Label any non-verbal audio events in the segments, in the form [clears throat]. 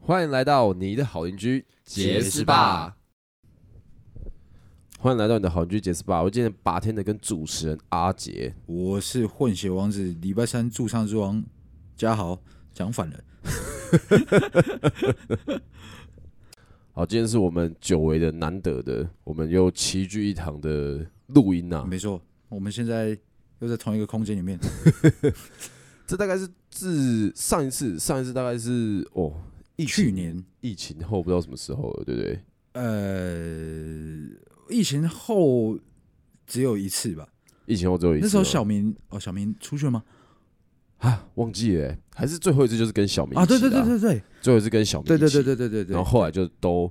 欢迎来到你的好邻居杰斯霸！欢迎来到你的好邻居杰斯霸！我今天白天的跟主持人阿杰，我是混血王子，礼拜三驻唱之王嘉豪，讲反了。好，今天是我们久违的、难得的，我们又齐聚一堂的录音啊！没错，我们现在又在同一个空间里面，这大概是自上一次，上一次大概是哦， [laughs] 疫情去年疫情后不知道什么时候了，对不对？呃，疫情后只有一次吧。疫情后只有一次那时候吗小明哦，小明出去了吗？啊，忘记了欸，还是最后一次就是跟小明啊，一起对啦对对对对最后一次跟小明对对一起对对对对啊然对后后来就都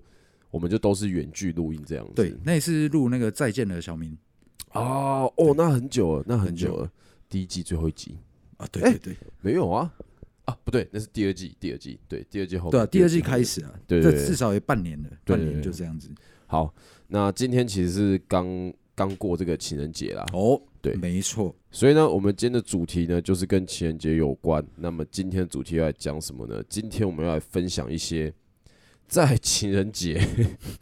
我们就都是远距录音这样子，对，那一次录那个再见了小明哦哦，那很久了，那很很久久了，第一季最后一集啊，对哎对对没有啊啊，不对，那是第二季，第二季哦对，第二季后对啊，第二季后开始啊，对对这对至少也半年了，对半对对年就这样子。好，那今天其实是刚刚过这个情人节啦，哦，对没错，所以呢，我们今天的主题呢就是跟情人节有关。那么今天的主题要来讲什么呢？今天我们要来分享一些在情人节 [laughs]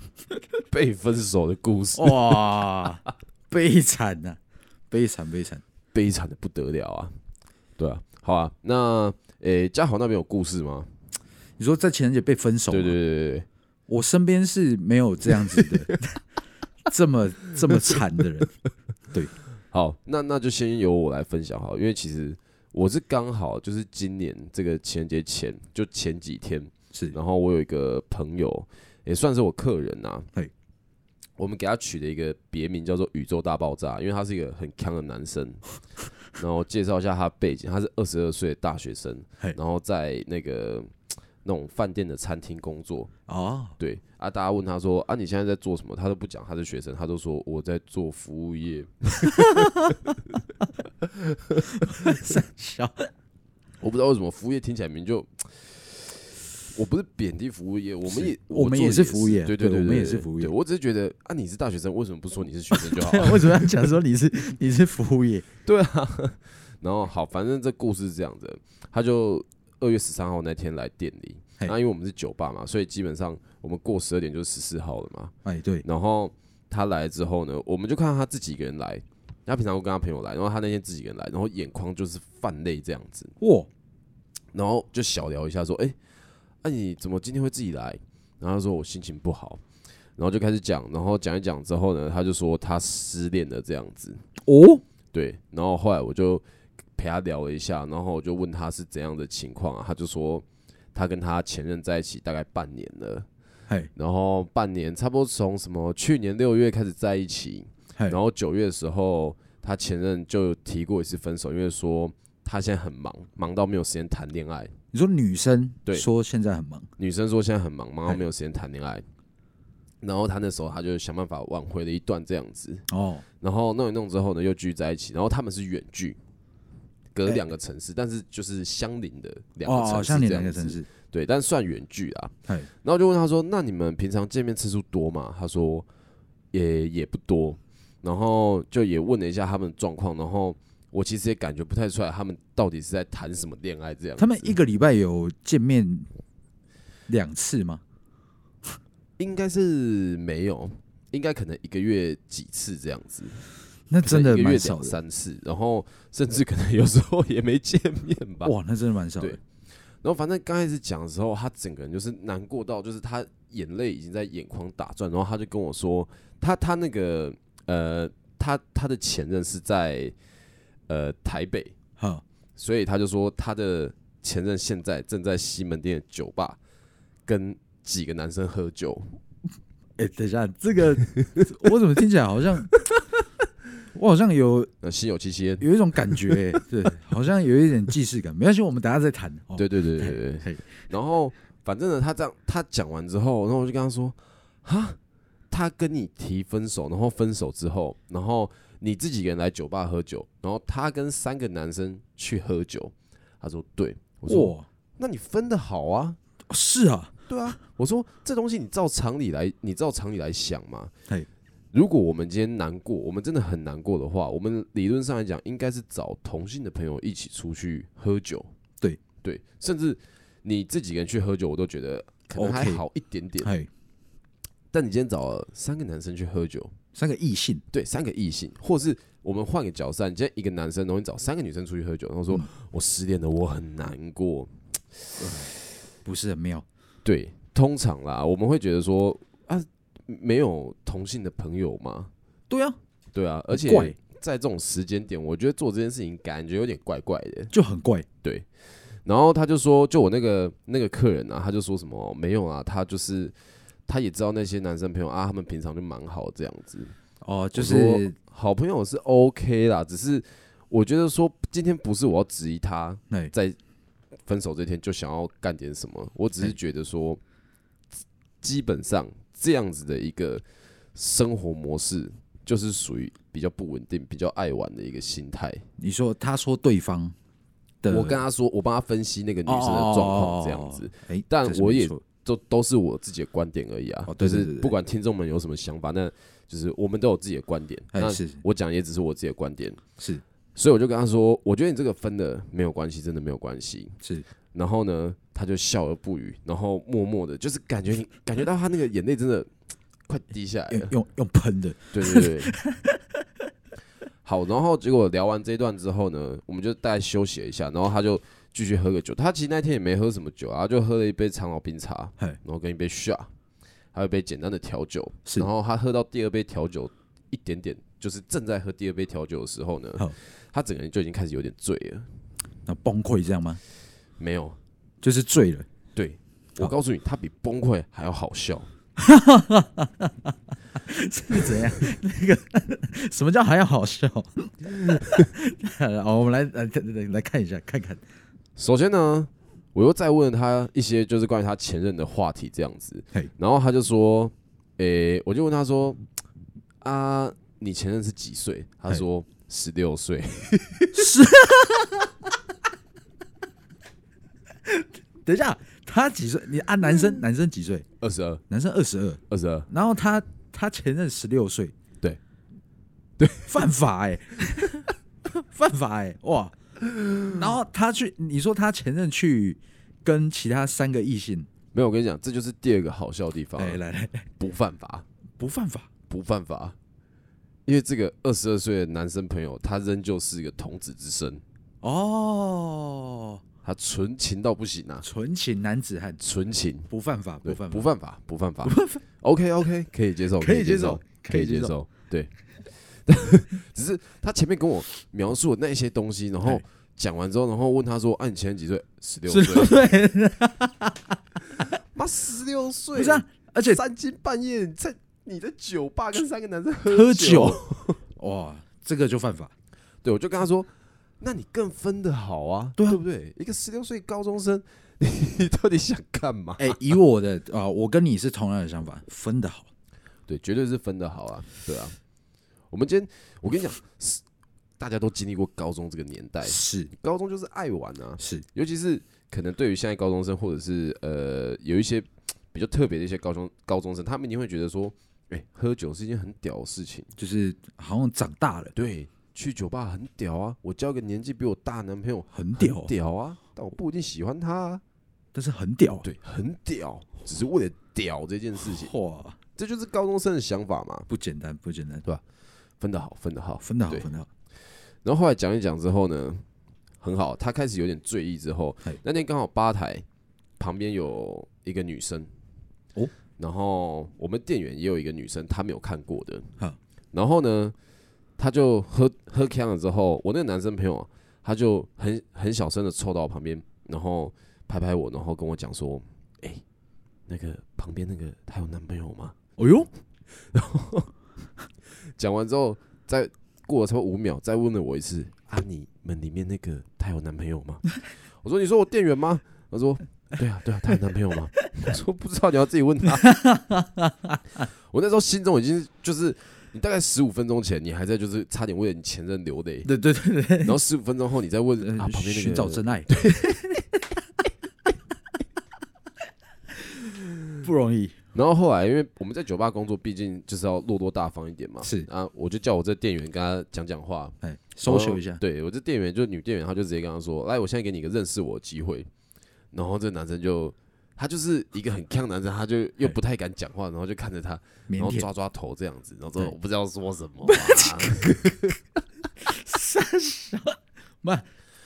被分手的故事，哇， [laughs] 悲惨呐、悲惨悲惨。悲惨的不得了啊！对啊，好啊，那诶，嘉豪那边有故事吗？你说在情人节被分手，对对，对对对。我身边是没有这样子 [laughs] 的，这么这么惨的人。好，那那就先由我来分享好了，因为其实我是刚好就是今年这个情人节前，就前几天，是然后我有一个朋友，也算是我客人呐、啊嘿，我们给他取的一个别名叫做“宇宙大爆炸”，因为他是一个很强的男生。然后介绍一下他背景，他是二十二岁的大学生，嘿然后在那个那种饭店的餐厅工作。哦，对啊，大家问他说啊，你现在在做什么？他都不讲他是学生，他都说我在做服务业。三小我不知道为什么服务业听起来明明就，我不是贬低服务业，我们也我们做也的是服务业对对对，我们对也是服务业对我只是觉得啊，你是大学生，为什么不说你是学生就好？ [laughs] [laughs] 为什么要讲说你是你是服务业？对啊，然后好，反正这故事是这样子，他就二月十三号那天来店里，嘿那因为我们是酒吧嘛，所以基本上我们过十二点就是十四号了嘛。哎，对，然后他来之后呢，我们就看到他自己一个人来，他平常会跟他朋友来，然后他那天自己一个人来，然后眼眶就是泛泪这样子。哇，然后就小聊一下，说：“哎、那、你怎么今天会自己来？”然后他说：“我心情不好。”然后就开始讲，然后讲一讲之后呢，他就说他失恋了这样子。哦，对，然后后来我就陪他聊了一下，然后我就问他是怎样的情况啊，他就说他跟他前任在一起大概半年了，嘿，然后半年差不多从什么去年六月开始在一起，嘿然后九月的时候他前任就提过一次分手，因为说他现在很忙，忙到没有时间谈恋爱。你说女生对说现在很忙，女生说现在很忙，忙到嗨没有时间谈恋爱。然后他那时候他就想办法挽回了一段这样子，哦，然后弄一弄之后呢，又聚在一起。然后他们是远距，隔哎两个城市，但是就是相邻的两个哦，城哦像你市这两样个子。城市，对，但算远距啊。嘿，然后就问他说：“那你们平常见面次数多吗？”他说：“也也不多。”然后就也问了一下他们的状况，然后我其实也感觉不太出来他们到底是在谈什么恋爱这样子。他们一个礼拜有见面两次吗？应该是没有，应该可能一个月几次这样子，那真的可能一个蛮月少两的，三次，然后甚至可能有时候也没见面吧。哇，那真的蛮少对的。然后反正刚开始讲的时候，他整个人就是难过到，就是他眼泪已经在眼眶打转，然后他就跟我说，他他那个呃，他他的前任是在呃台北，好，所以他就说他的前任现在正在西门店的酒吧跟几个男生喝酒。哎、等一下，这个 [laughs] 我怎么听起来好像， [laughs] 我好像有那心有戚戚焉，有一种感 [laughs] 觉、欸，对，好像有一点既视感。没关系，我们等一下再谈。哦、对对对对对嘿，然后反正呢，他这样他讲完之后，然后我就跟他说，哈，他跟你提分手，然后分手之后，然后你自己一个人来酒吧喝酒，然后他跟三个男生去喝酒。他说对，我说哇，那你分的好啊，是啊， [laughs] 对啊，我说这东西你照常理来，你照常理来想嘛嘿。如果我们今天难过，我们真的很难过的话，我们理论上来讲，应该是找同性的朋友一起出去喝酒。对对，甚至你自己一个人去喝酒，我都觉得可能还 OK 好一点点。哎，但你今天找了三个男生去喝酒，三个异性，对，三个异性，或是我们换个角色，你今天一个男生，然后你找三个女生出去喝酒，然后说、嗯我失恋了，我很难过。不是很妙。对，通常啦，我们会觉得说啊，没有同性的朋友吗？对啊，对啊，而且怪在这种时间点，我觉得做这件事情感觉有点怪怪的。就很怪。对，然后他就说，就我那个那个客人啊，他就说什么没有啊，他就是他也知道那些男生朋友啊，他们平常就蛮好这样子，哦，就我是说好朋友是 OK 啦，只是我觉得说今天不是我要质疑他哎，在分手这天就想要干点什么，我只是对觉得说，基本上这样子的一个生活模式，就是属于比较不稳定、比较爱玩的一个心态。你说他说对方的，我跟他说，我帮他分析那个女生的状况，这样子哦，。哎、但这是我没也错都都是我自己的观点而已啊就哦。对对是对对不管听众们有什么想法，那就是我们都有自己的观点。哎那是我讲也只是我自己的观点，是所以我就跟他说，我觉得你这个分的没有关系，真的没有关系。是，然后呢，他就笑而不语，然后默默的，就是感觉你感觉到他那个眼泪真的快滴下来了用。用用喷的，对对对。 [laughs] 对好，然后结果聊完这一段之后呢，我们就大概休息了一下，然后他就继续喝个酒。他其实那天也没喝什么酒啊，他就喝了一杯长岛冰茶，嘿然后跟一杯 shot，还有一杯简单的调酒。是然后他喝到第二杯调酒一点点，就是正在喝第二杯调酒的时候呢好，他整个人就已经开始有点醉了。那崩溃这样吗？没有，就是醉了， [laughs] 对我好告诉你，他比崩溃还要好笑。是怎样？那个 [laughs] 什么叫还要好笑？ [laughs] 好，我们来来来来看一下，看看首先呢，我又再问了他一些就是关于他前任的话题这样子嘿，然后他就说，诶、我就问他说，啊，你前任是几岁？他嘿说十六岁。 [laughs] [laughs] 等一下，他几岁？你按、男生，男生几岁？二十二，男生二十二，二十二，然后他他前任十六岁，对，对，犯法哎、 [laughs] 犯法哎、哇！然后他去，你说他前任去跟其他三个异性，哎没有，我跟你讲，这就是第二个好笑的地方啊、来来来，来不犯法，哦不犯法，不犯法，因为这个二十二岁的男生朋友，他仍旧是一个童子之身，哦，他纯情到不行啊，纯情男子汉，纯情。不犯法，对不犯法，不犯法，不犯法 OK OK，可以接受，可以以接受受，可可以接接受受。对， [laughs] 只是他前面跟我描述的那些东西，然后哎讲完之后，然后问他说：“啊，你前几岁？十六是岁？对，妈，十六岁！ [laughs] 不是啊，而且三更半夜你在你在酒吧跟三个男生喝酒酒， [laughs] 哇，这个就犯法，对，我就跟他说：“那你更分的好啊，对啊不对？一个十六岁高中生，你到底想干嘛？哎、以我的啊、我跟你是同样的想法，分的好，对，绝对是分的好啊，对啊。我们今天，我跟你讲，是大家都经历过高中这个年代，哎是高中就是爱玩啊，是，尤其是可能对于现在高中生，或者是呃有一些比较特别的一些高中高中生，他们一定会觉得说，哎、喝酒是一件很屌的事情，就是好像长大了，对，去酒吧很屌啊，我交一个年纪比我大的男朋友很很屌哦，屌啊，但我不一定喜欢他、啊，但是很屌、啊，对，很屌，只是为了屌这件事情，哇，这就是高中生的想法嘛，不简单，不简单，分的好，分的好，分得好，对分得好，然后后来讲一讲之后呢，很好，他开始有点醉意之后嘿，那天刚好吧台旁边有一个女生，哦，然后我们店员也有一个女生，她没有看过的哈，然后呢，他就喝喝呛了之后，我那个男生朋友啊他就很很小声的凑到我旁边，然后拍拍我，然后跟我讲说，哎、那个旁边那个她有男朋友吗？哎呦，讲完之后，再过了差不多五秒，再问了我一次：“啊，你们里面那个她有男朋友吗？” [laughs] 我说：“你说我店员吗？”他说：“对啊，对啊，她有男朋友吗？” [laughs] 我说：“不知道，你要自己问她。” [laughs] 我那时候心中已经就是，你大概十五分钟前，你还在就是差点为了你前任流 [laughs] 泪，对对对对，然后十五分钟后你再问呃啊啊旁边那个寻找真爱， [laughs] 不容易，然后后来，因为我们在酒吧工作，毕竟就是要落落大方一点嘛。是啊，我就叫我这店员跟他讲讲话，哎，搜求一下，对我这店员就是女店员，她就直接跟他说：“来，我现在给你一个认识我的机会。”然后这男生就他就是一个很强男生，他就又不太敢讲话，然后就看着他，哎腼然后腆，抓抓头这样子，然后说对我不知道说什 [laughs] 么、啊慢，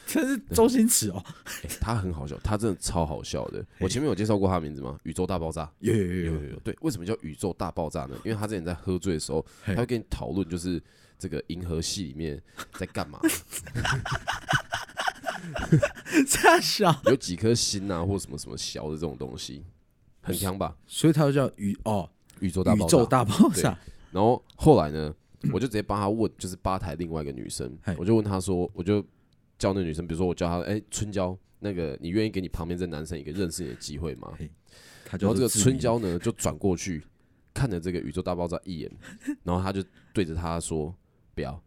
这是周星驰哦，欸他很好笑，他真的超好笑的。我前面有介绍过他的名字吗？宇宙大爆炸。有有有有哎有有有，对，为什么叫宇宙大爆炸呢？因为他之前在喝醉的时候，嘿他会跟你讨论就是这个银河系里面在干嘛，傻小，有几颗星啊，或什么什么小的这种东西，很强吧？所以他就叫宇哦，宇宙大宇爆炸。宙大爆炸，然后后来呢，我就直接帮他问，就是吧台另外一个女生嗯嘿，我就问她说，我就叫那女生，比如说我叫她，哎、春娇，那个你愿意给你旁边这男生一个认识你的机会吗？他然叫后这个做春娇呢，就转过去看了这个宇宙大爆炸一眼，然后他就对着他说：“不要。”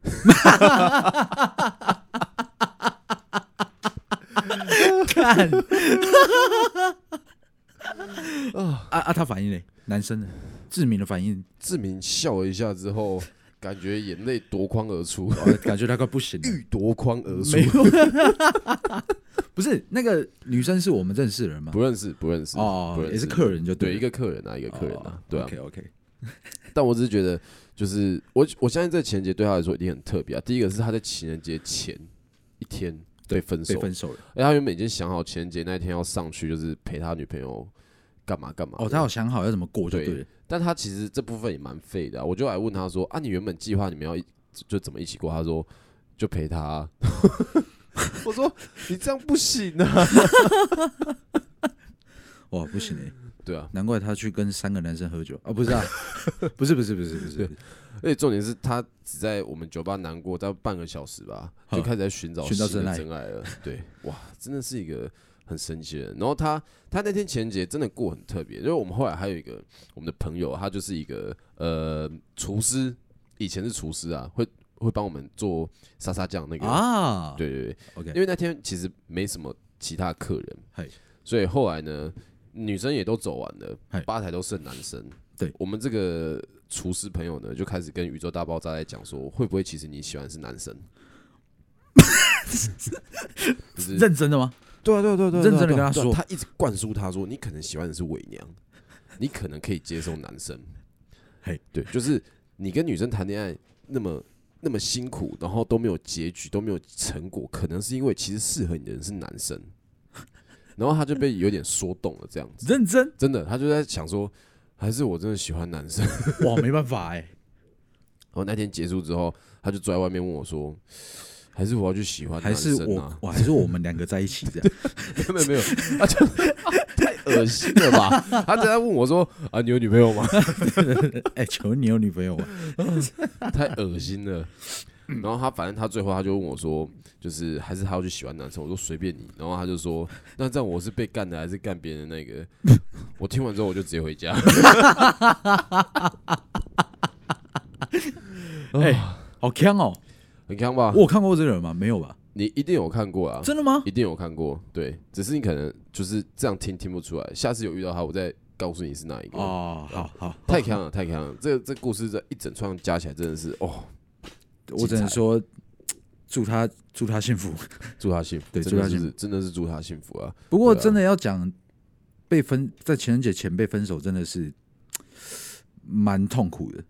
看，啊啊，他反应嘞，男生的志明的反应，志明笑了一下之后，感觉眼泪夺眶而出，哦感觉他快不行了，欲 [laughs] 夺眶而出没。有， [laughs] 不是那个女生是我们认识的人吗？不认识，不认识不哦，认也识是客人就对了哦一个客人啊，一个客人啊，对啊。 OK OK，但我只是觉得，就是我我相信这情人节对他来说一定很特别啊。第一个是他在情人节前一天被分手被，分手了。而他原本已经想好情人节那一天要上去，就是陪他女朋友干嘛干嘛的。哦，他有想好要怎么过就对对了。但他其实这部分也蛮废的啊、我就来问他说：“啊，你原本计划你们要一就就怎么一起过？”他说：“就陪他啊、 [laughs] 我说：“你这样不行啊。哇，不行哎，”对啊，难怪他去跟三个男生喝酒啊！不 [laughs] 是啊，不是不是不是不是，不是而且重点是他只在我们酒吧难过大概半个小时吧，呵就开始在寻找寻找新的真真爱了。 [laughs] 对，哇，真的是一个很神奇的人。然后他他那天情人节真的过很特别，因为我们后来还有一个我们的朋友，他就是一个呃厨师，以前是厨师啊，会会帮我们做沙沙酱那个。啊，对对对， ，OK，因为那天其实没什么其他客人嘿，所以后来呢，女生也都走完了嘿，吧台都剩男生。对我们这个厨师朋友呢，就开始跟宇宙大爆炸在讲说，会不会其实你喜欢的是男 [laughs] 生？就是认真的吗？对啊对啊对啊对啊认真地对啊跟他对啊说他一直灌输他说，你可能喜欢的是伪娘， [laughs] 你可能可以接受男生。嘿，对，就是你跟女生谈恋爱那么那么辛苦，然后都没有结局，都没有成果，可能是因为其实适合你的人是男生， [laughs] 然后他就被有点说动了，这样子，[laughs] 认真真的，他就在想说，还是我真的喜欢男生。 [laughs] 然哇，没办法哎，后那天结束之后，他就坐在外面问我说。还是我要去喜欢还男是生我啊？，我还是我们两个在一起这 [laughs] 样。没有 [laughs] 没有，他就、太恶心了吧？他在那问我说：“啊，你有女朋友吗？” [laughs] 哎，求你有女朋友吗？太恶心了。然后他反正他最后他就问我说，就是还是他要去喜欢男生，我说随便你。然后他就说，那这样我是被干的还是干别人的那个？我听完之后我就直接回家。 [laughs] 啊哎，好强哦！很强吧我？有看过这个人吗？没有吧？你一定有看过啊，真的吗？一定有看过。对，只是你可能就是这样听听不出来。下次有遇到他，我再告诉你是哪一个。哦，好好，太强了，太强了！这这故事这一整串加起来真的是哦，我只能说，祝他祝他幸福。 [laughs] 祝他幸福，对真的祝他幸是真的是祝他幸福啊！ [laughs] 不过对啊真的要讲被分，在情人节前被分手，真的是蛮痛苦的。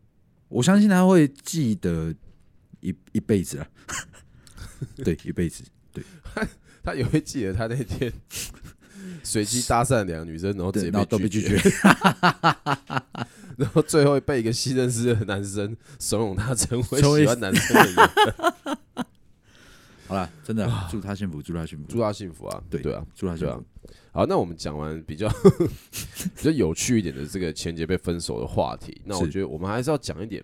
我相信他会记得一一辈子啊， [laughs] 对，一辈子。他也会记得他那 [laughs] 天随机搭讪两个女生，然后直接对，然后都被拒拒绝，， [laughs] 然后最后被一个牺牲失的男生怂恿他成为成为喜欢男生的 [laughs] 人，好啦，真的啊祝他幸福，祝他幸福，祝他幸福啊！对对啊，祝他幸对啊福。。好，那我们讲完比较 [laughs] 比较有趣一点的这个情人节被分手的话题，那我是觉得我们还是要讲一点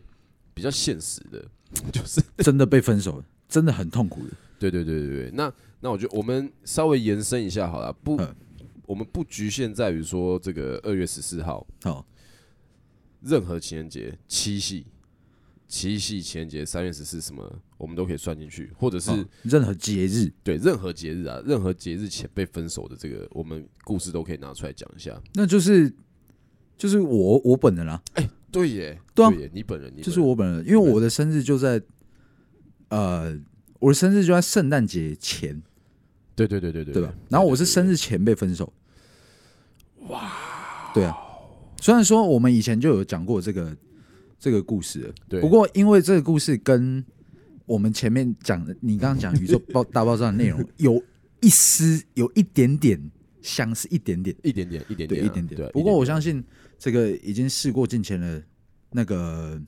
比较现实的， [laughs] 就是真的被分手了，真的很痛苦的。对对对对对，那那我觉得我们稍微延伸一下好了，啊不嗯，我们不局限在于说这个二月十四号，哦，任何情人节、七夕、七夕情人节、三月十四什么，我们都可以算进去，或者是、哦任何节日，对任何节日啊，任何节日前被分手的这个，我们故事都可以拿出来讲一下。那就是就是我我本人啊，对耶，对啊耶，你本人，你就是本人我本人，因为我的生日就在呃，我的生日就在圣诞节前，对对对对对对吧？啊然后我是生日前被分手，哇，对啊。虽然说我们以前就有讲过这个这个故事了，对，不过因为这个故事跟我们前面讲的，你刚刚讲宇宙爆 [laughs] 大爆炸的内容有一丝有一点点相似，一点点，一点点，一点对，点啊，一点点对。。不过我想相信这个已经事过境迁了，那个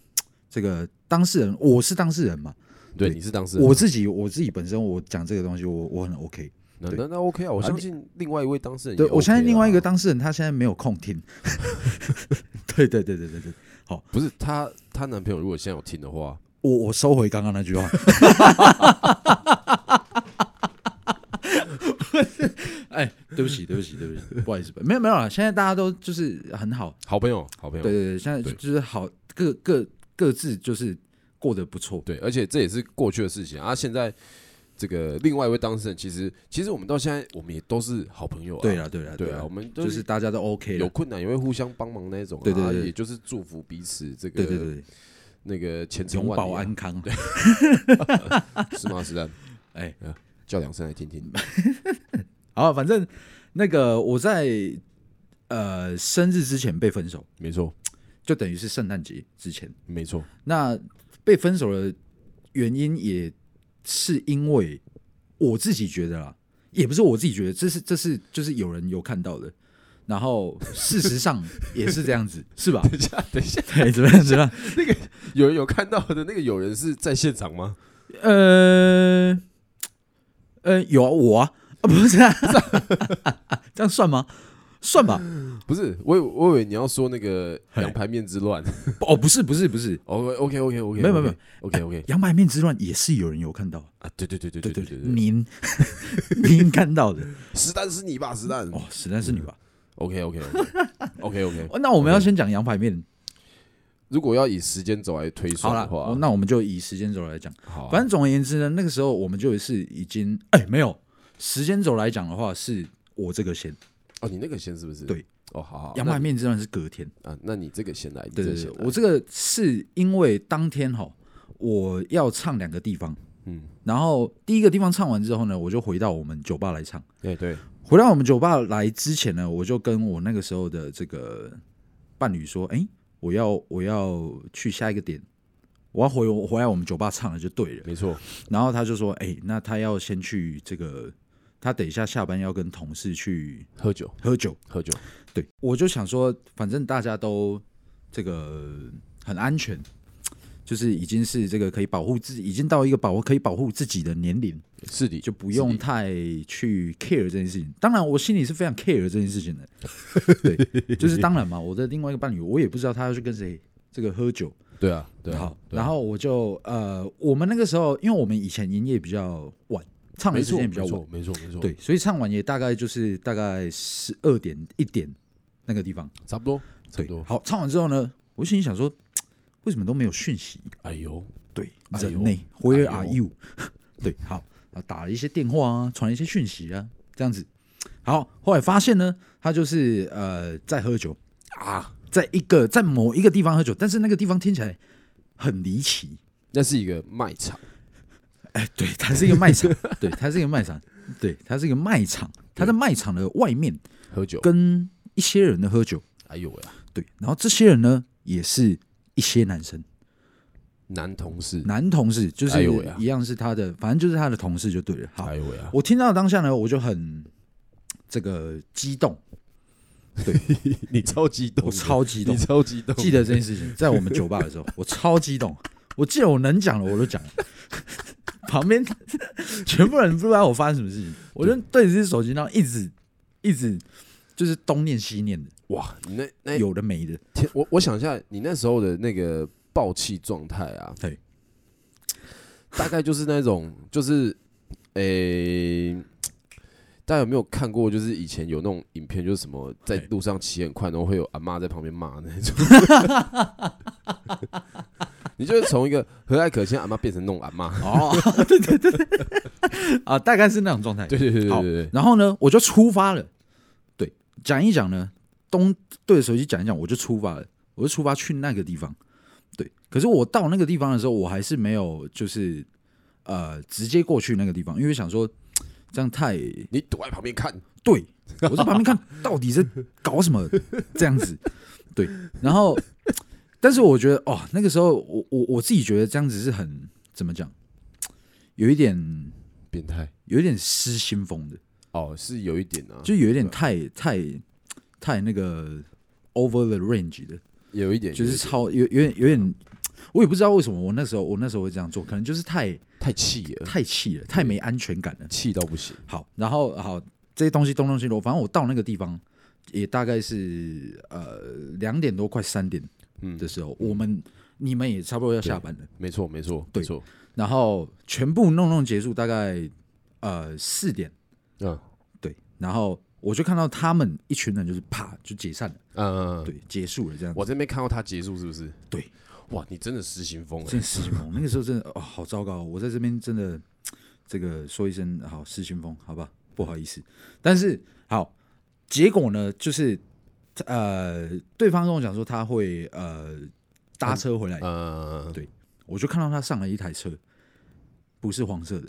这个当事人，我是当事人嘛，对对你是啊当事人，我自己我自己本身我讲这个东西，我我很 OK。那对那那 OK 啊，我啊相你信另外一位当事人也对 OK 啊啦，我相信另外一个当事人他现在没有 [laughs] 空听。对对对对对对，不是她她男朋友，如果现在有听的话，我我收回刚刚那 [laughs] 句话。哎，对不起，对不起，对不起，不好意思，没有没有啦，现在大家都就是很好，好朋友，好朋友对，对对，现在对就是好各各各自就是过得不错，对，而且这也是过去的事情啊。现在这个另外一位当事人，其实其实我们到现在我们也都是好朋友啊，对啦对啦对啊，啦我，们就都是是大家都 OK 有了，困难也会互相帮忙那种啊，对对对也就是祝福彼此这对对个对，那个前程永万保里啊，安康，对，是吗？是 [laughs] 的，哎，叫两声来听听。好，反正那个我在呃生日之前被分手，没错，就等于是圣诞节之前，没 [laughs] 错，那被分手的原因也是因为我自己觉得啦，也不是我自己觉得，这是这是就是有人有看到的。然后，事实上也是这样子，是吧？ [laughs] 等一下，等一下，对，怎么样？怎么样？有人有看到的那个有人是在现场吗？呃，呃，有啊，我 [laughs] 啊，啊不是、啊，这样算吗？算吧。不是，我以我以为你要说那个嘿两排面之乱。哦哦，不是，不是，不是， OK OK OK OK，没有没有没有，OK OK 杨哎白面之乱也是有人有看到，啊，对对对对对对对对对，对，您 [laughs] 您看到的实弹是你吧，实弹。哦，实在是你吧？ OK OK [laughs] OK OK OK，哦那我们要先讲杨白面，如果要以时间轴来推好算啦，的话哦，那我们就以时间轴来讲。好啊，反正总而言之呢，那个时候我们就是已经，哎，没有时间轴来讲的话，是我这个先，哦，你那个先是不是？对，哦，好好，杨那白面之乱是隔天。啊，那你这个先来，你对这个对先对，来我这个是因为当天哈，我要唱两个地方，嗯，然后第一个地方唱完之后呢，我就回到我们酒吧来唱。哎对，回到我们酒吧来之前呢，我就跟我那个时候的这个伴侣说，哎，我要我要去下一个点，我要回我回来我们酒吧唱了就对了。没错，然后他就说，哎，那他要先去这个，他等一下下班要跟同事去喝酒喝酒。喝酒，对，我就想说，反正大家都这个很安全，就是已经是这个可以保护自己，已经到一个保护可以保护自己的年龄，是的，就不用是的太去 care 这件事情。当然，我心里是非常 care 这件事情的，对，就是当然嘛，我的另外一个伴侣，我也不知道他要去跟谁这个喝酒，对啊，对啊好，，对啊然后我就呃，我们那个时候，因为我们以前营业比较晚，唱没的时错间没比较晚错，没错没错，对，，所以唱完也大概就是大概十二点一点那个地方。差不多差对，不多，好，唱完之后呢，我心里想说，嘖为什么都没有讯息？哎呦，对，哎呦人类、w h e r e 哎 are 呦 you？对， [laughs] 好，啊，打了一些电话啊，传了一些讯息啊，这样子。好，后来发现呢，他就是呃在喝酒啊，在一个在某一个地方喝酒，但是那个地方听起来很离奇。那是一个卖场，哎，对， [laughs] 它是一个卖场，对，它是一个卖场，对，它是一个卖场，它在卖场的外面喝酒，跟一些人的喝酒，哎呦喂啊，对，然后这些人呢也是一些男生。男同事，男同事，就哎是呦喂啊一样是他的，反正就是他的同事就对了。好哎，呦喂啊，我听到当下呢，我就很这个激动，你超激动我的，超激动你，超激动，记得这件事情，在我们酒吧 [laughs] 的时候，我超激动，我记得我能讲的我都讲了， [laughs] 旁边全部人不知道我发生什么事情，我就对着这手机，然后一直一直就是东念西念的，哇，你那那有的没的，天，我我想一下，你那时候的那个暴气状态啊，对，大概就是那种，就是，诶、大家有没有看过？就是以前有那种影片，就是什么在嘿路上骑很快，然后会有阿妈在旁边骂那 [laughs] 种。你就是从一个和蔼可亲的阿妈变成那种阿妈。哦， [laughs] 对对对对，啊，大概是那种状态。对对对对好对对，然后呢，我就出发了。对，讲一讲呢，东对着手机讲一讲，我就出发了，我就出发去那个地方。对，可是我到那个地方的时候，我还是没有就是呃直接过去那个地方，因为想说这样太你躲在旁边看，对，我在旁边看到底在搞什么这样子，对，然后，但是我觉得哦，那个时候我我我自己觉得这样子是很怎么讲，有一点变态有一点失心疯的，哦，是有一点啊，就有一点太太太那个 over the range 的，有一点就是有一点超有有点有点，我也不知道为什么我那时候我那时候会这样做，可能就是太太气了，太气了，太没安全感了。气到不行。好，然后好这些东西东东西西，反正我到那个地方也大概是呃两点多快三点嗯的，时候，我们你们也差不多要下班了，没错，没错，对没错。然后全部弄弄结束大概呃四点嗯对，然后我就看到他们一群人就是啪就解散了，嗯，嗯对，结束了这样子，我这边看到他结束是不是？对，哇，你真的失心疯了真。的失心疯，那个时候真的哦好糟糕，我在这边真的这个说一声好失心疯，好吧，不好意思，但是好，结果呢就是呃对方跟我讲说他会呃搭车回来，嗯，我就看到他上了一台车，不是黄色的，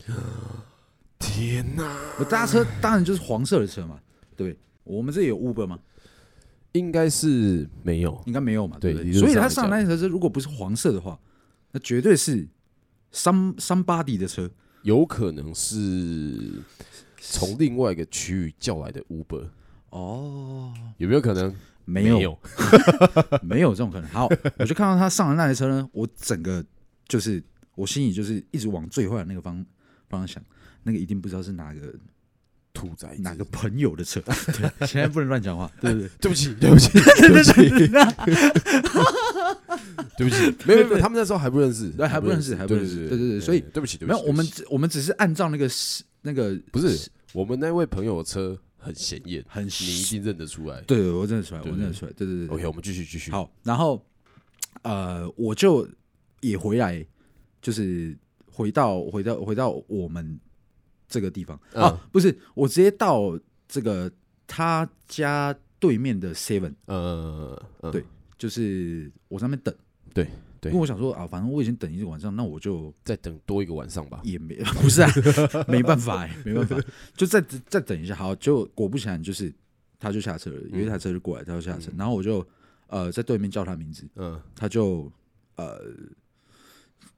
天哪，我搭车当然就是黄色的车嘛，对不对？我们这里有 Uber 吗？应该是没有，应该没有嘛，对对不理对？论所以上他来上讲那台车如果不是黄色的话，那绝对是 some somebody 的车，有可能是从另外一个区域叫来的 Uber。哦，有没有可能？ [laughs] 没有，没有这种可能。好， [laughs] 我就看到他上了那台车呢，我整个就是我心里就是一直往最坏的那个方方向想，那个一定不知道是哪个兔崽子哪个朋友的车。 [laughs] 对，现在不能乱讲话，对不对？对不起，对不起，对 [laughs] 不起，对不起，没有没有，他们那时候还不认识，对还不认识还不认识对对对所以对不起，对不没起，有， [laughs] 我们对不起只我们只是按照那个是那个不是我们那位朋友的车很显眼，很你一定认得出来。对，我认得出来，我对对认得出来，对对对对 OK，我们继续继续。，好，然后呃，我就也回来，就是回到回到回到我们这个地方、嗯啊，不是，我直接到这个他家对面的 Seven，呃，嗯对就是我在那边等，对对因为我想说啊，反正我已经等一个晚上，那我就再等多一个晚上吧。也没 [laughs] 不是啊，没办法、欸，没办法，就再再等一下。好，就果不其然，就是他就下车了，有一台车就过来，他就下车，然后我就呃在对面叫他名字，嗯他就呃，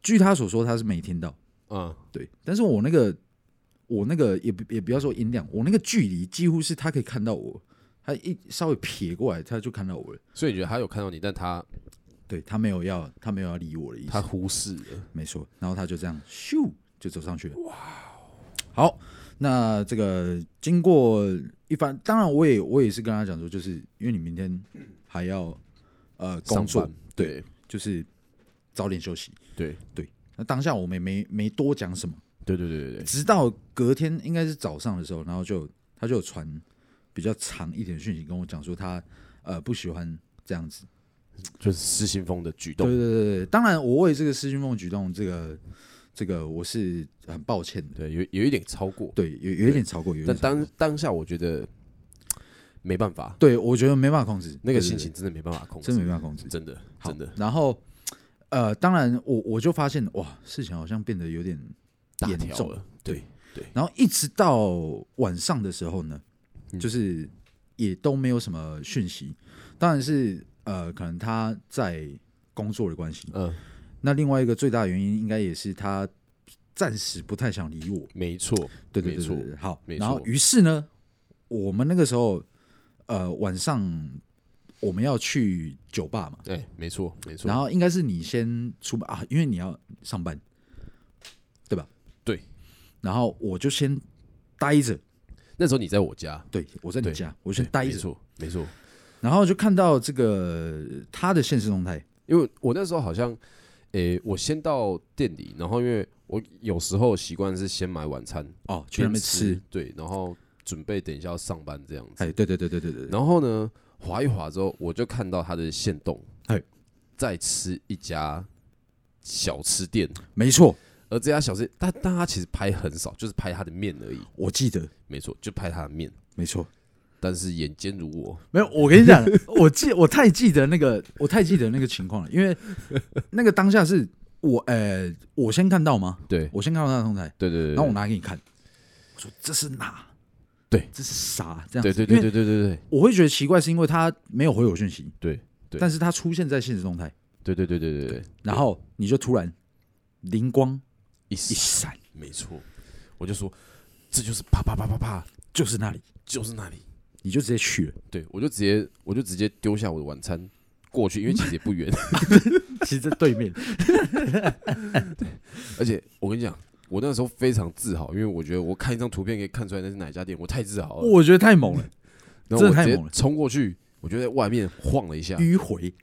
据他所说，他是没听到，嗯，对。但是我那个我那个也不也不要说音量，我那个距离几乎是他可以看到我，他一稍微撇过来，他就看到我了。所以你觉得他有看到你，但他对他没有要，他没有要理我的意思，他忽视了。没错。然后他就这样咻就走上去了。哇，好，那这个经过一番，当然我也我也是跟他讲说，就是因为你明天还要呃工上作班，对就是早点休息。对那当下我们也没没多讲什么，对对对对对，直到隔天应该是早上的时候，然后就他就有传比较长一点的讯息跟我讲说他呃不喜欢这样子。就是失心疯的举对动。对对对，当然我为这个失心疯的举动，这个这个我是很抱歉的。对，有有一点超过，对，有有一点超过，有一但点超过当当下我觉得没办法，对我觉得没办法控制那个对对心对情真的没办法控制，真的没办法控制。真的好真的然后呃，当然我我就发现哇，事情好像变得有点大严条重了。对对，然后一直到晚上的时候呢，嗯就是也都没有什么讯息。当然是呃，可能他在工作的关系。嗯，那另外一个最大的原因，应该也是他暂时不太想理我。没错，对对没对对错，对，好。没然后错于是呢，我们那个时候呃晚上我们要去酒吧嘛，哎，没错，没错。然后应该是你先出门啊，因为你要上班，对吧？对。然后我就先待着，那时候你在我家，对我在你对家，我我先待没着。错，没错。然后就看到这个他的现实动态，因为我那时候好像，诶，我先到店里，然后因为我有时候习惯是先买晚餐，哦，去那边边吃，，对，然后准备等一下要上班这样子。哎，对对对对对对，然后呢，划一划之后，我就看到他的线动嘿，在吃一家小吃店，没错，而这家小吃，但但他其实拍很少，就是拍他的面而已，我记得，没错，就拍他的面。没错，但是眼尖如我，没有，我跟你讲，我记我太记得那个，我太记得那个情况了，因为 [laughs] 那个当下是我，呃，我先看到吗？对我先看到他的通台，对对对然后我对，拿给你看，我说这是哪？对，这是啥？这样对子对对因为对对对我会觉得奇怪，是因为他没有回我讯息，对对但是他出现在现实动态，对对对对对对，然后你就突然灵光一一闪，闪，没错，我就说这就是啪啪啪啪啪，就是那里，就是那里，你就直接去了。对我就直接我就直接丢下我的晚餐过去，因为其实也不远， [laughs] 其实在对面，而且我跟你讲，我那时候非常自豪，因为我觉得我看一张图片可以看出来那是哪一家店，我太自豪了。 [laughs] 我觉得太猛了，然后我真的太直接猛了嗯冲过去，我就在外面晃了一下，迂回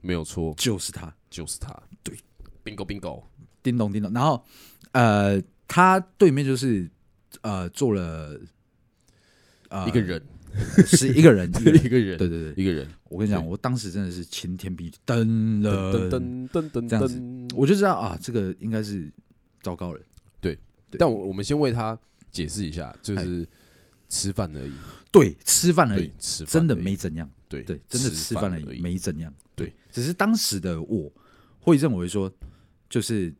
没有错，就是他，就是它。对，bingo bingo，叮咚叮咚。然后呃，他对面就是呃坐了呃一个人，是一个 [laughs] 人，一个人一个人，对对对，一个人，我跟你讲，我当时真的是晴天霹雳，噔噔了噔噔噔这样子噔。我就知道啊，这个应该是糟糕了。对但我我们先为他解释一下，哎就是吃饭而已，对，吃饭而对已，，吃饭哎真的而已没怎样。对对，真的吃饭而已，而已，没怎样。对，只是当时的我会认为说，就是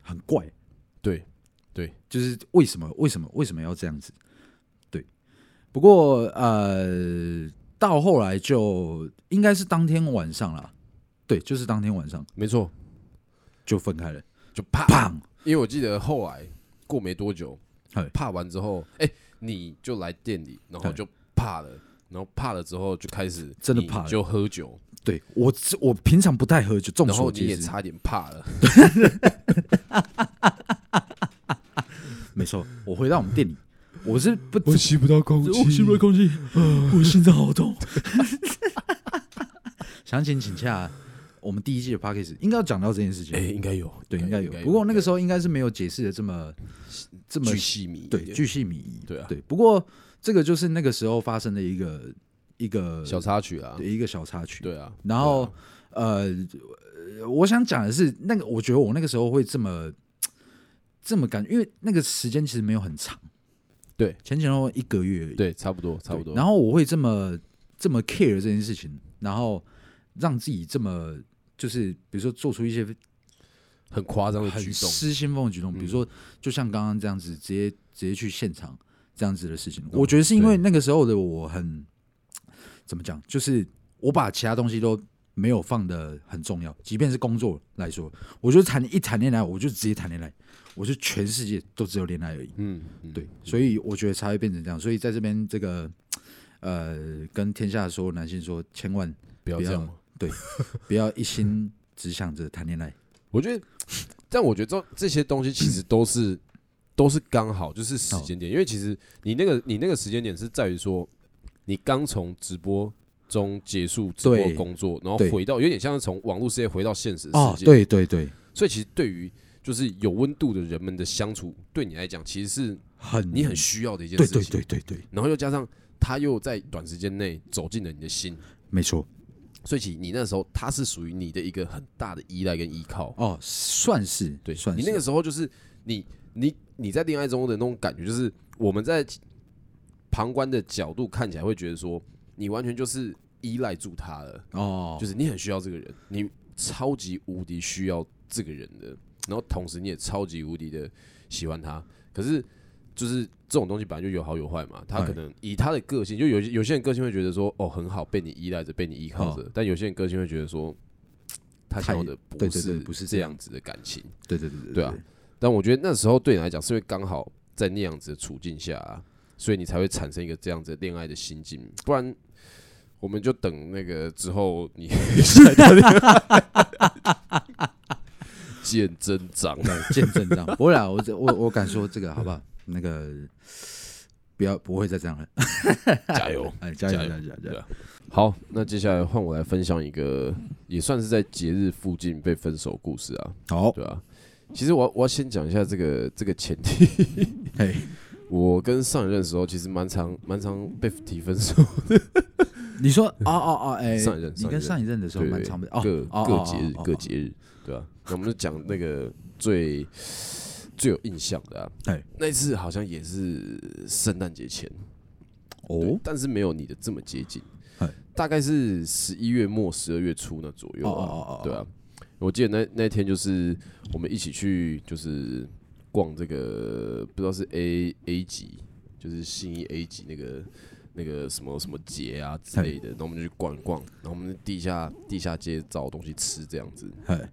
很怪，对就是为什么为什么为什么要这样子？对，不过呃，到后来就应该是当天晚上啦，对，就是当天晚上没错，就分开了，就啪砰！因为我记得后来过没多久嗨，怕完之后，哎、你就来店里，然后嗨就怕了，然后怕了之后就开始真的你怕了就喝酒，对我我平常不太喝酒，众然后所你皆也知，差点怕了，没错。我回到我们店里，我是 [laughs] 不，我吸 [laughs] 不到空我吸不啊到空气，我心脏好 [laughs] 痛。详情请洽我们第一季的 p a c k a g e 应该要讲到这件事情哎、，应该有，对，应该有。不应过那个时候应该是没有解释的这么这么巨细迷，对巨细靡遗，对啊对。不过这个就是那个时候发生的一个一个小插曲啊对，一个小插曲。对啊，然后、呃，呃我想讲的是，那个我觉得我那个时候会这么这么感，因为那个时间其实没有很长，对前前后后一个月而已。对，差不多差不多，然后后我会这么这么 care 这件事情，然后让自己这么就是比如说做出一些很夸张的很举动，嗯失心疯的举动，比如说就像刚刚这样子，直接直接去现场这样子的事情，我觉得是因为那个时候的我很怎么讲，就是我把其他东西都没有放的很重要，即便是工作来说，我就谈一谈恋爱，我就直接谈恋爱，我就全世界都只有恋爱而已。嗯，嗯对，所以我觉得才会变成这样。所以在这边这个呃，跟天下所有男性说，千万不要不这样要嘛。对，不要一心只想着谈恋爱。我觉得， [sniffs] 但我觉得这这些东西其实都是 [clears throat] 都是刚好，就是时间哦点，因为其实你那个你那个时间点是在于说，你刚从直播中结束直播对工作，然后对回到有点像是从网络世界回到现实哦世，界，对对对，所以其实对于就是有温度的人们的相处，对你来讲其实是很你很需要的一件对事情，对对对对，然后又加上他又在短时间内走进了你的心，没错。所以其实你那时候他是属于你的一个很大的依赖跟依靠，哦，算是对，算你是那个时候就是你你你在恋爱中的那种感觉，就是我们在旁观的角度看起来会觉得说，你完全就是依赖住他了，哦，就是你很需要这个人，你超级无敌需要这个人的，然后同时你也超级无敌的喜欢他，可是。就是这种东西本来就有好有坏嘛，他哎可能以他的个性，就有有些人个性会觉得说，哦，很好，被你依赖着，被你依靠着；但有些人个性会觉得说，他想要哦太的对不对对是不是这这样样子的感情。对对对对对啊但我觉得那时候对你来讲，是因为刚好在那样子的处境下、啊，所以你才会产生一个这样子的恋爱的心境。不然，我们就等那个之后你下一段恋爱 [laughs] 见真章。对见证 [laughs] 这样。不会啦，我我我敢说这个好不 [laughs] 好？那个不要不会再这样了，加油哎，加油加油加油加油加对油啊！好，那接下来换我来分享一个，也算是在节日附近被分手故事啊，好，对啊。其实我要我要先讲一下这个这个前提， [laughs] 嘿，我跟上一任的时候其实蛮常蛮常被提分手，你说哦哦哦，哎，上一任你跟上一任的时候对，蛮长的哦，各哦各节日各，哦哦哦节日，对啊，那我们就讲那个最最有印象的啊哎，那一次好像也是圣诞节前，哦对哦，但是没有你的这么接近嗨，大概是十一月末、十二月初那左右哦哦哦啊哦，对啊，我记得那那天就是我们一起去就是逛这个不知道是 A A 级，就是新一 A 级那个那个什么什么节啊之类的，然后我们就去逛一逛，然后我们地下地下街找东西吃这样子，嗨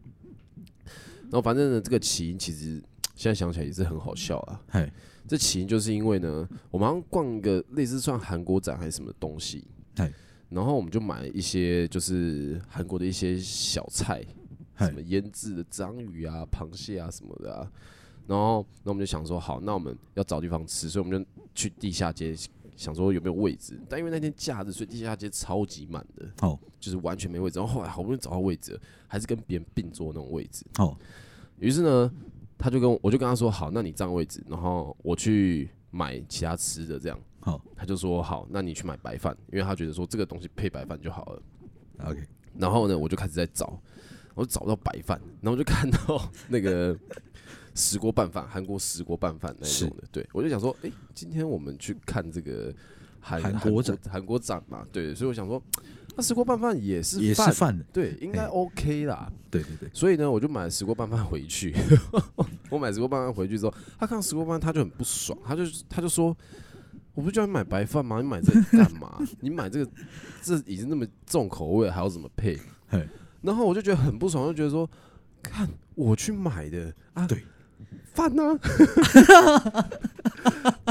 然后反正呢这个起因其实现在想起来也是很好笑啊，嗨这起因就是因为呢，我们好像逛一个类似算韩国展还是什么东西嗨，然后我们就买了一些就是韩国的一些小菜，嗨什么腌制的章鱼啊、螃蟹啊什么的啊。然后，那我们就想说，好，那我们要找地方吃，所以我们就去地下街，想说有没有位置。但因为那天假日，所以地下街超级满的，哦就是完全没位置。然后后来好不容易找到位置了，还是跟别人并桌那种位置。哦于是呢，他就跟我我就跟他说好，那你占位置，然后我去买其他吃的这样。好他就说好，那你去买白饭，因为他觉得说这个东西配白饭就好了。 ，OK，然后呢，我就开始在找，我找到白饭，然后我就看到那 [laughs] 个石锅拌饭，韩国石锅拌饭那一种的。对，我就想说，诶，今天我们去看这个韩韩国展，韩国展嘛，对，所以我想说，那石锅拌饭也是也是饭，饭的，啊对，应该嘿 OK 啦。对对对，所以呢，我就买了石锅拌饭回去。 [laughs] 我买石锅拌饭回去之后，他看到石锅拌饭他就很不爽，他就他就说：“我不是叫你买白饭吗？你买这个干嘛？ [laughs] 你买这个这已经那么重口味了，还要怎么配嘿？”然后我就觉得很不爽，就觉得说：“看我去买的啊，对，饭呢、 [laughs]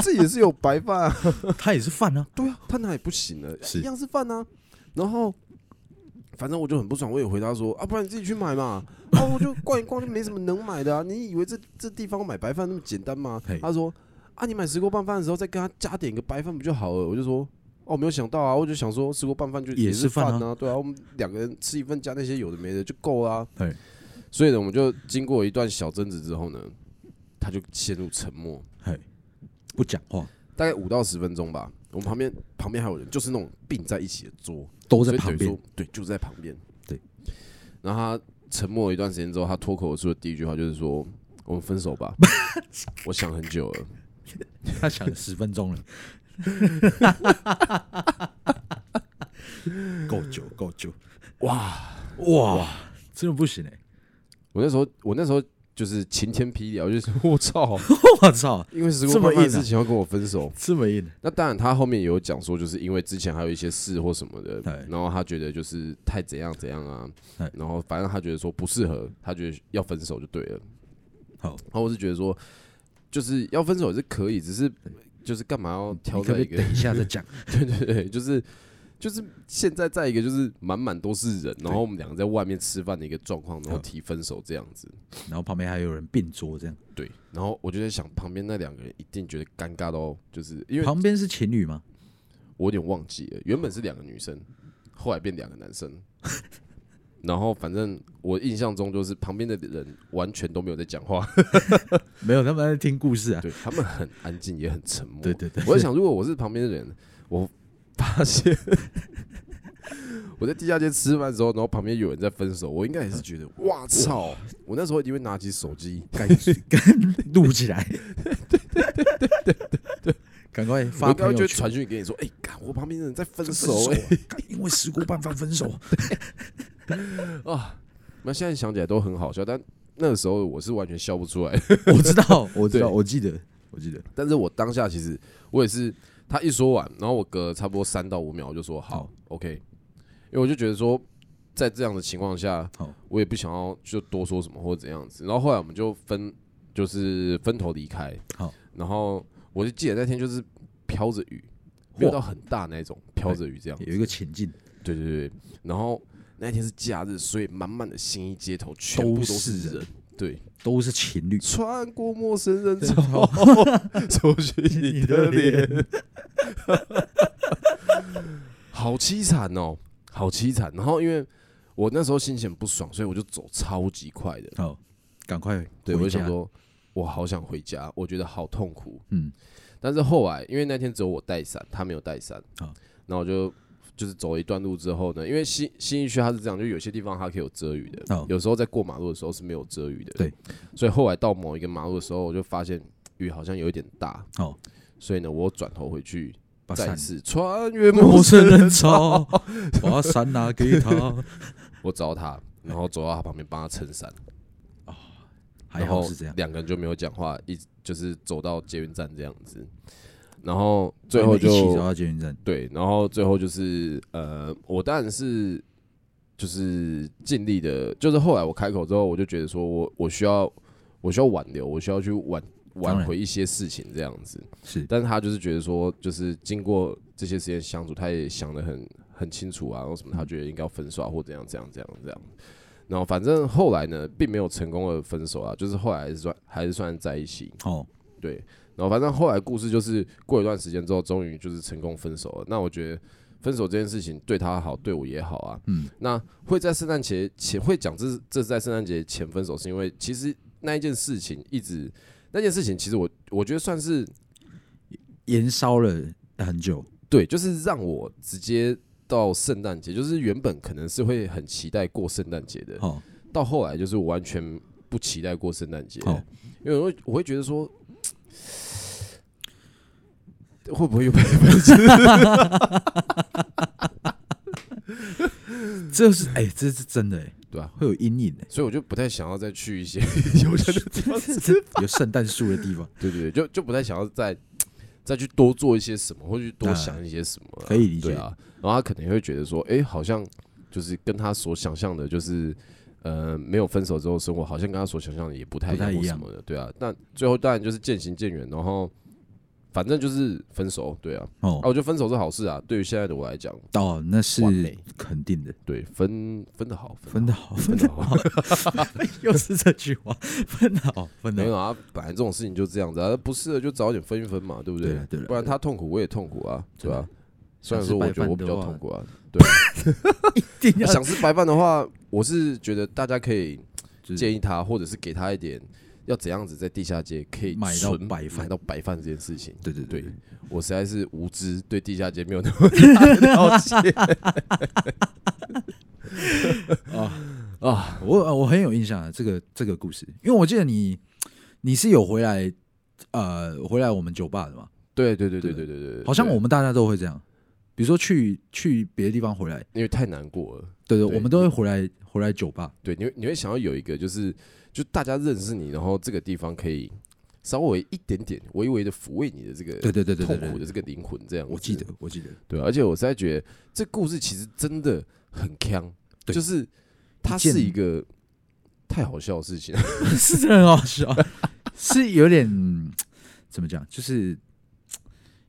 这也是有白饭、啊，它也是饭啊，对啊，他哪里不行了？是一样是饭啊。然后，反正我就很不爽，我也回答说啊，不然你自己去买 [laughs] 嘛。啊，我就逛一逛，就没什么能买的啊。你以为这这地方买白饭那么简单吗嘿？他说啊，你买石锅拌饭的时候再跟他加点个白饭不就好了？我就说。哦，没有想到啊！我就想说，石锅拌饭就也是是饭啊饭啊，对啊，我们两个人吃一份加那些有的没的就够啦、 [laughs] 对，所以呢，我们就经过一段小争执之后呢，他就陷入沉默。嘿，不讲话，大概五到十分钟吧。我们旁边旁边还有人，就是那种并在一起的桌，都所在以等旁于边说，对，就在旁边，对。然后他沉默了一段时间之后，他脱口而出的第一句话就是说：“我们分手 [laughs] 吧。”我想很久了，他想了十分钟了，够久够久，哇哇，真的不行哎、我那时候我那时候就是晴天霹雳啊，我就说：“我操， [laughs] 我操，因为 [laughs] 石这锅拌么饭硬啊之前要跟我分手。”这么硬，那当然，他后面也有讲说，就是因为之前还有一些事或什么的对，然后他觉得就是太怎样怎样啊对，然后反正他觉得说不适合，他觉得要分手就对了。好然后我是觉得说，就是要分手也是可以，只是就是干嘛要挑嗯你可在不一可个？以等一下再讲？ [laughs] 对对 [laughs] 对，就是就是现在在一个就是满满都是人，然后我们两个在外面吃饭的一个状况，然后嗯提分手这样子。然后旁边还有人并桌这样，对，然后我就在想，旁边那两个人一定觉得尴尬到，就是因为旁边是情侣吗？我有点忘记了，原本是两个女生，后来变两个男生。 [laughs] 然后反正我印象中就是旁边的人完全都没有在讲话，没有，他们在听故事啊。对他们很安静也很沉默。对对对，我在想，如果我是旁边的人，我发现我在地下街吃饭的时候，然后旁边有人在分手，我应该也是觉得哇操！我那时候一定会拿起手机，赶赶录起来，对对对对对，赶快我发应该会朋友就圈传。讯给你说，哎、干我旁边的人在分分手手、哎，啊，干因为石锅拌饭分手。那现在想起来都很好笑，但那个时候我是完全笑不出来。我知道，我知道，对我记得，我记得。但是我当下其实我也是，他一说完，然后我隔了差不多三到五秒，我就说好、好 o k 因为我就觉得说，在这样的情况下，好我也不想要就多说什么或者怎样子。然后后来我们就分，就是分头离开。好，然后我就记得那天就是飘着雨，没有哇到很大那种，飘着雨这样。有一个情境，对对对，然后那天是假日，所以满满的新一街头全部都都是是人人。对，都是情侣。穿过陌生人真潮， [laughs] 搜寻你的脸， [laughs] 好凄惨哦，好凄惨。然后因为我那时候心情不爽，所以我就走超级快的。好，赶快对，我回就家想，说，我好想回家，我觉得好痛苦。嗯，但是后来，因为那天只有我带伞，他没有带伞，啊然后我就就是走了一段路之后呢，因为新新一区它是这样，就有些地方它可以有遮雨的，哦有时候在过马路的时候是没有遮雨的，对，所以后来到嗯哦某一个马路的时候，我就发现雨好像有一点大，好所以呢，我又转头回去把再伞次穿越陌哦陌生生人人潮，潮，把伞拿给他。我找他，然后走到他旁边帮他撑伞，还然哎好后是这样，两个人就没有讲话，一直就是走到捷运站这样子，然后最后你哎们一起走就到捷运站。对，然后最后就是呃，我当然是就是尽力的，就是后来我开口之后，我就觉得说我我需要我需要挽留，我需要去挽当挽然回一些事情这样子，是但是他就是觉得说，就是经过这些时间相处，他也想得很很清楚啊，然后什嗯么他觉得应该要分手啊，或怎样怎样怎样怎样。然后反正后来呢，并没有成功的分手啊，就是后来还是算还是算在一起，哦，对。然后反正后来故事就是过一段时间之后，终于就是成功分手了。那我觉得分手这件事情对他好，对我也好啊。嗯，那会在圣诞节前会讲这这是在圣诞节前分手，是因为其实那一件事情一直那件事情，其实我我觉得算是延烧了很久。对，就是让我直接到圣诞节，就是原本可能是会很期待过圣诞节的，哦，到后来就是我完全不期待过圣诞节哦，因为我会我会觉得说，会不会有被分手？这是哎，这是真的哎， [laughs] 对啊，。会有阴影哎所以我就不太想要再去一 [laughs] 些有人的地方吃饭，有圣诞树的地方， [laughs] 对对对，就就不太想要再再去多做一些什么，或去多当然想一些什么啊、可以理解对啊，然后他可能会觉得说，哎、好像就是跟他所想象的，就是呃，没有分手之后生活，好像跟他所想象的也不太一不太样一或什样么的，对啊。但最后当然就是渐行渐远，然后反正就是分手，对啊。啊， [laughs] 哦我觉得分手是好事啊，对于现在的我来讲，哦，那是完美肯定的，对分分的好，分得得好好， [laughs] 分分得得好。 [laughs] 又是这句话， [laughs] 分得好，分没得有好，啊，本来这种事情就这样子啊，不适合就早点分一分嘛，对不对啊对啊不然他痛苦，我也痛苦啊，对吧、真的 [laughs] 虽然想吃说我白觉得我饭比的较话痛苦 [laughs] 啊，一定要想吃白饭的话，我是觉得大家可以就是建议他，或者是给他一点要怎样子在地下街可以买到纯白饭买到白饭这件事情。对对对对，我实在是无知，对地下街没有那 [laughs] 么大的了解啊我呃我很有印象啊，这个这个故事，因为我记得你你是有回来呃回来我们酒吧的嘛，对对对对对对对对，好像对我们大家都会这样，比如说去去别的地方回来，因为太难过了。对对，对我们都会回来回来酒吧，对，你会你会想要有一个就是就大家认识你，然后这个地方可以稍微一点点微微的抚慰你的这个对对对对对痛对苦的对，这个灵魂，这样我子记得我记得，对，啊而且我实在觉得这故事其实真的很强，对就是它一件是一个太好笑的事 [laughs] 情，是真的很好笑， [laughs] 是有点嗯怎么讲，就是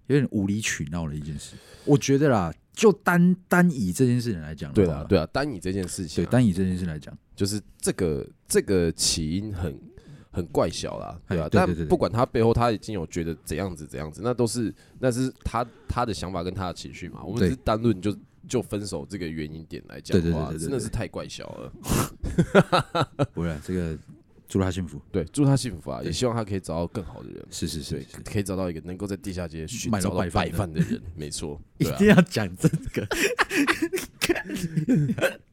有点无理取闹的一件事。我觉得啦，就单单以这件事情来讲的对话啦，对啊，单以这件事情对啊、单以这件事来讲，就是这个这个起因很很怪小啦，对吧、哎对但对对对不管他背后他已经有觉得怎样子怎样子，那都是那是他他的想法跟他的情绪嘛。我们对只是单论就就分手这个原因点来讲的对对话，对对对真的是太怪小了。不然这个祝他幸福，对，祝他幸福啊，对也希望他可以找到更好的人。是是是对，，可以找到一个能够在地下街寻买找到到白饭白的饭的人，没错，一对啊定。要讲这个。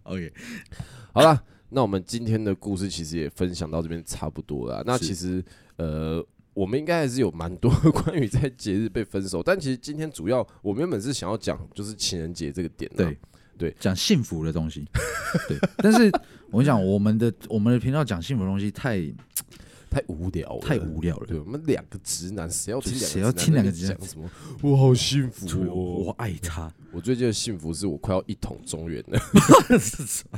OK，啊好啦，那我们今天的故事其实也分享到这边差不多了啊。那是其实呃，我们应该还是有蛮多关于在节日被分手，但其实今天主要我们原本是想要讲就是情人节这个点、啊。对对讲幸福的东西，对。但是我跟你讲，我们的我们的频道讲幸福的东西太太无聊了，太无聊了。对我们两个直男，谁要听两个谁要听两个直直男男在那边讲什么？我好幸福所以哦！我爱他，我最近的幸福是我快要一统中原了。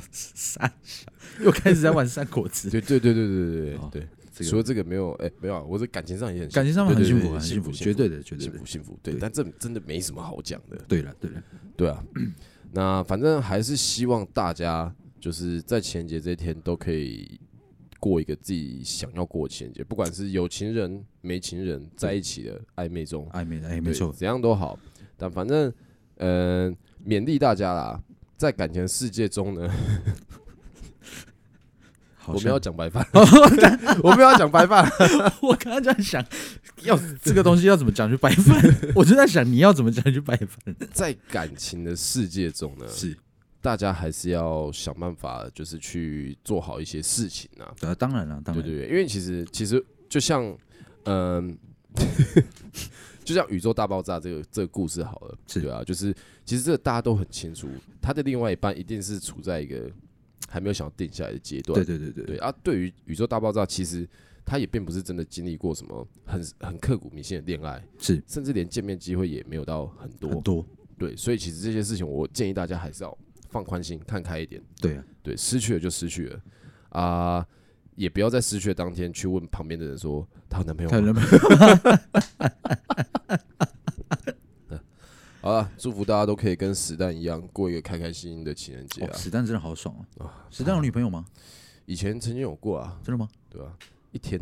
三小 [laughs] 又开始在玩三国志， [laughs] 对对对对对对哦对这对，个除了这个没有，哎，没有啊，我这感情上也很感情上面很对对幸对福，很幸幸福，幸绝对的，绝对幸的福。幸福，对，对但这真的没什么好讲的。对了，对了，对啊，那反正还是希望大家就是在情人节这一天都可以过一个自己想要过的情人节，不管是有情人、没情人，在一起的暧昧中，暧昧的，哎，对没错，怎样都好。但反正，嗯、勉励大家啦，在感情的世界中呢，好我们像要 [laughs] 讲白 [laughs] 饭，我们要讲白饭，我刚刚就在想， [laughs] 要这个东西要怎么讲去白饭， [laughs] 我就在想你要怎么讲去白饭，在感情的世界中呢，是，大家还是要想办法，就是去做好一些事情啊。对啊，当然了，当对然，对对，因为其实其实就像，嗯、 [laughs] 就像宇宙大爆炸这个这个故事好了，是对啊，就是其实这个大家都很清楚，他的另外一半一定是处在一个还没有想要定下来的阶段，对对对对对啊，对于宇宙大爆炸，其实他也并不是真的经历过什么很很刻骨铭心的恋爱，是甚至连见面机会也没有到很多。很多，对，所以其实这些事情，我建议大家还是要放宽心，看开一点。对啊，对，失去了就失去了啊、也不要在失去的当天去问旁边的人说她有男朋友他有吗。男 [laughs] 朋友好了，祝福大家都可以跟史丹一样过一个开开心心的情人节哦啊！史丹真的好爽啊！史丹有女朋友吗？以前曾经有过啊，真的吗？对吧、一天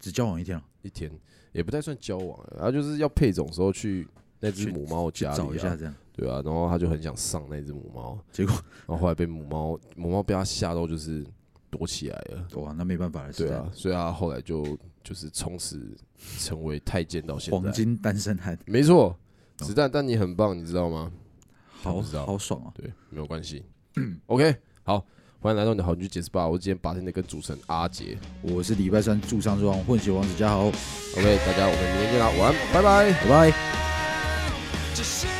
只交往一天啊，一天也不太算交往、欸，啊，就是要配种时候去那只去母猫去家找一里下啊，这样，对啊，然后他就很想上那只母猫，结果然后后来被母猫母猫被他吓到，就是躲起来了。哇，那没办法了，史对丹啊，所以他后来就就是从此成为太监到现黄在。金单身汉，没错，子弹，但你很棒，你知道吗？好不知道好爽啊！对，没有关系。OK，好，欢迎来到你的好女解释吧，我是今天白天的跟主持人阿杰。我是礼拜三驻唱之王混血王子嘉豪， OK，大家我们明天见啦，晚安，拜拜。拜拜。这些